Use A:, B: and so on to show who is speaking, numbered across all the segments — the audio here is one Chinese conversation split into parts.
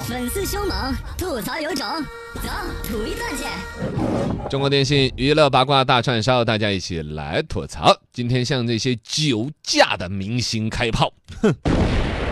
A: 粉丝凶猛，吐槽有种，走，吐一段去。
B: 中国电信娱乐八卦大串烧，大家一起来吐槽。今天向这些酒驾的明星开炮，哼，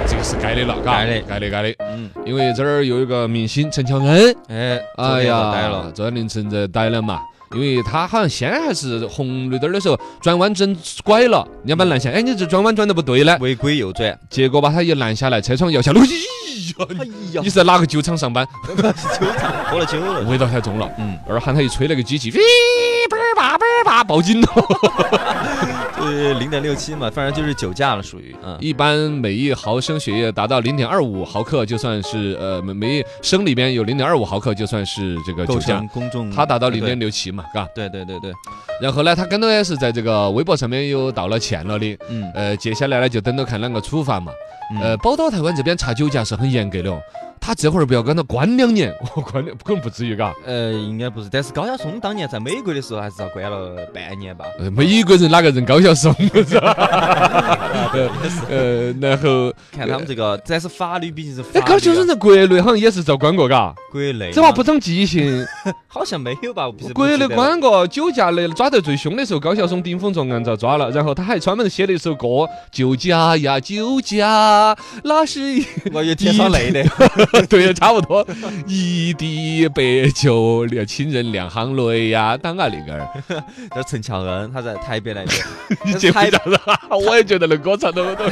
B: 这个是该的了，嘎
C: 该的
B: 该的，该的。
C: 嗯，
B: 因为这儿有一个明星陈乔恩，
C: 哎，昨
B: 哎
C: 天
B: 呀，
C: 我 呆了，
B: 昨天凌晨在逮了嘛。因为他好像先还是红绿灯的时候转弯整拐了，人家把他拦下，哎，你这转弯转的不对呢，
C: 违规右 转，
B: 结果把他一拦下来，车窗摇下来，哎呀，
C: 哎呀
B: 你是在哪个酒厂上班？
C: 酒厂喝了酒了，
B: 味道太重了。
C: 嗯，
B: 而喊他一吹那个机器，哔叭叭叭叭报警了。
C: 呃，零点六七嘛，反正就是酒驾了，属于，嗯，
B: 一般每一毫升血液达到零点二五毫克，就算是呃每每一升里边有零点二五毫克，就算是这 个酒
C: 构
B: 驾
C: 成。公众，
B: 他达到零
C: 对
B: 点，六七嘛，嘎。
C: 对对对对，
B: 然后呢，他刚才是在这个微博上面有道了歉了的。
C: 嗯，
B: 呃，接下来呢，就等着看啷个处罚嘛。
C: 嗯
B: 呃，，宝岛台湾这边查酒驾是很严格的哦，他这会儿不要跟他关两年，我关两可能不至于嘎。
C: 呃，应该不是，但是高晓松当年在美国的时候还是遭关了半年吧，
B: 呃，美国人哪个人高晓松？ 是吧呃呃，然后
C: 看他们这个，但是法律毕竟是法律
B: 那
C: 啊，
B: 哎高晓松在国内好像也是遭关过，嘎，
C: 国内嘛，
B: 这娃不长记性。
C: 好像没有吧？我不是
B: 国内关过酒驾的抓得最凶的时候，高晓松顶风作案遭抓了，然后他还专门写了一首歌《酒驾呀酒驾》，那 是一
C: 我也挺上累的，
B: 对，差不多一滴白酒，两亲人两行泪呀，当啊那个 儿，
C: 这陈乔恩他在台北 来的，
B: 你
C: 但
B: 接
C: 是
B: 不
C: 台
B: 到了， 我也觉得那歌唱的都。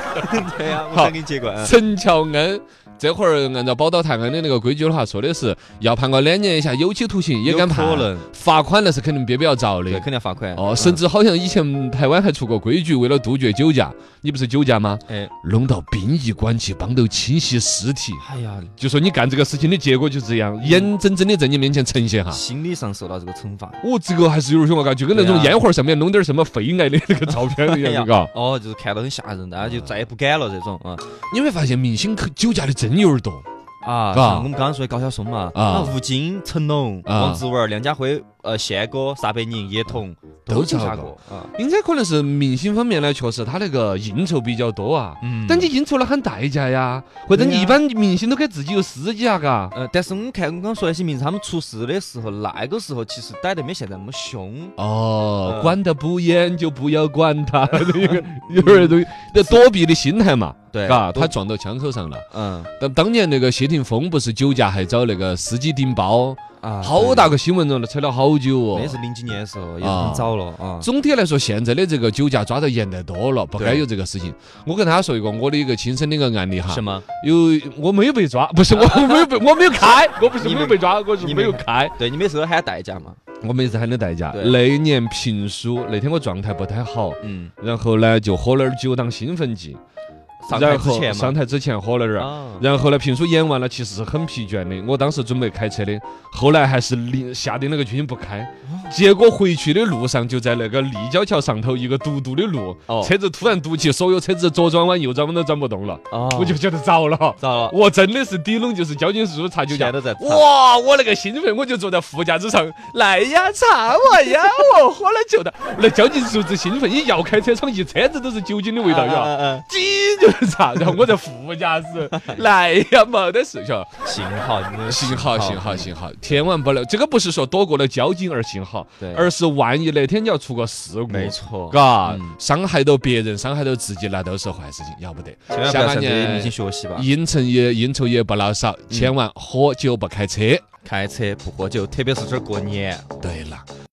C: 对呀，我
B: 好
C: 想给你接过啊，
B: 陈乔恩这会儿按照宝岛台湾的那个规矩的话，说的是要判个两年以下有期徒刑，也敢判
C: 有可，能，
B: 罚款那是肯定憋不要遭
C: 对，
B: 的
C: 肯。定要罚款
B: 哦，
C: 嗯
B: 甚至好像以前台湾还出过规矩，为了杜绝酒驾，你不是酒驾吗？
C: 哎，
B: 弄到殡仪馆去帮头清洗尸体，
C: 哎呀，
B: 就说你干这个事情的结果就是这样，眼睁睁的在你面前呈现哈。
C: 心理上受到这个惩罚。
B: 哦，这个还是有点凶啊，嘎，就跟那种
C: 对啊
B: 烟盒上面弄点什么肺癌的那个照片一
C: 哎呀
B: 样，嘎。
C: 哦，就是看到很吓人，
B: 嗯
C: 大家就再也不敢了这种啊
B: 你会发现明星可酒驾的真有点多。
C: 啊！
B: 是吧
C: 像我们刚刚说的高晓松嘛，
B: 啊
C: 那吴京、成龙、
B: 啊
C: 王志文、梁家辉、呃宪哥、撒贝宁、叶童
B: 都
C: 警
B: 遭
C: 察
B: 过
C: 过啊。
B: 应该可能是明星方面呢，确实他那个应酬比较多啊。
C: 嗯
B: 但你应酬了喊代驾呀，或者
C: 对
B: 你
C: 呀
B: 一般明星都给自己有私家，嘎。
C: 呃，但是我们看我们刚刚说那些名字，他们出事的时候，那个时候其实逮得没现在那么凶。
B: 哦，
C: 呃
B: 管得不严就不要管 他，这个有点儿都这躲避的心态嘛，
C: 对，
B: 嘎，
C: 都
B: 他撞到枪口上了。
C: 嗯
B: 但当年那个谢霆锋不是酒驾还找那个司机顶包，
C: 啊，
B: 好大个新闻了，扯了好久
C: 对，
B: 哦
C: 那。是零几年的时候，也是
B: 啊
C: 很早了啊。
B: 总体来说，现在的这个酒驾抓得严得多了，不该
C: 对
B: 有这个事情。我跟他说一个我的一个亲身的一个案例哈
C: 什，么？
B: 有我没有被抓， 不是我我没有被我没有 开，我不是
C: 你
B: 没有
C: 没
B: 被抓，我是
C: 你
B: 没
C: 没
B: 有
C: 开
B: 开。
C: 对你每次都喊代驾嘛。
B: 我每次喊的代驾，
C: 对
B: 那年评书那天我状态不太好，
C: 嗯，
B: 然后呢，就喝了点儿酒当兴奋剂，
C: 上台
B: 然
C: 之
B: 后
C: 前
B: 上
C: 嘛。
B: 台之前喝了点儿。
C: 啊，
B: 然后呢，评书演完了，其实是很疲倦的。我当时准备开车的，后来还是临下定了个决心不开。
C: 哦
B: 结果回去的路上，就在那个立交桥上头一个堵堵的路，
C: 哦
B: 车子突然堵起，所有车子左转弯、右转弯都转不动了，
C: 哦，
B: 我就觉得糟了。
C: 糟了，
B: 我真的是底拢就是交警叔叔查酒驾
C: 现在，都在查
B: 哇！我那个兴奋，我就坐在副驾驶上，来呀，查我呀，我喝了酒的。 那交警叔子兴奋，一摇开车窗，一车子都是酒精的味道，
C: 啊
B: 呀。
C: 啊啊
B: 鸡就是查，然后我在副驾驶，来呀，没得事， 晓得吧
C: 幸好你们
B: 幸好幸好幸好，千万不能，这个不是说躲过了交警而幸好，
C: 对，
B: 而是万一哪天你要出个事故，
C: 没错，
B: 嘎
C: 嗯，
B: 伤害到别人，伤害到自己，那都是坏事情，要不得。
C: 千万不要向这些明星学习吧。
B: 应酬也应酬也不老少，千万喝酒不开车。
C: 开车不喝酒，特别是这儿过年，
B: 对了，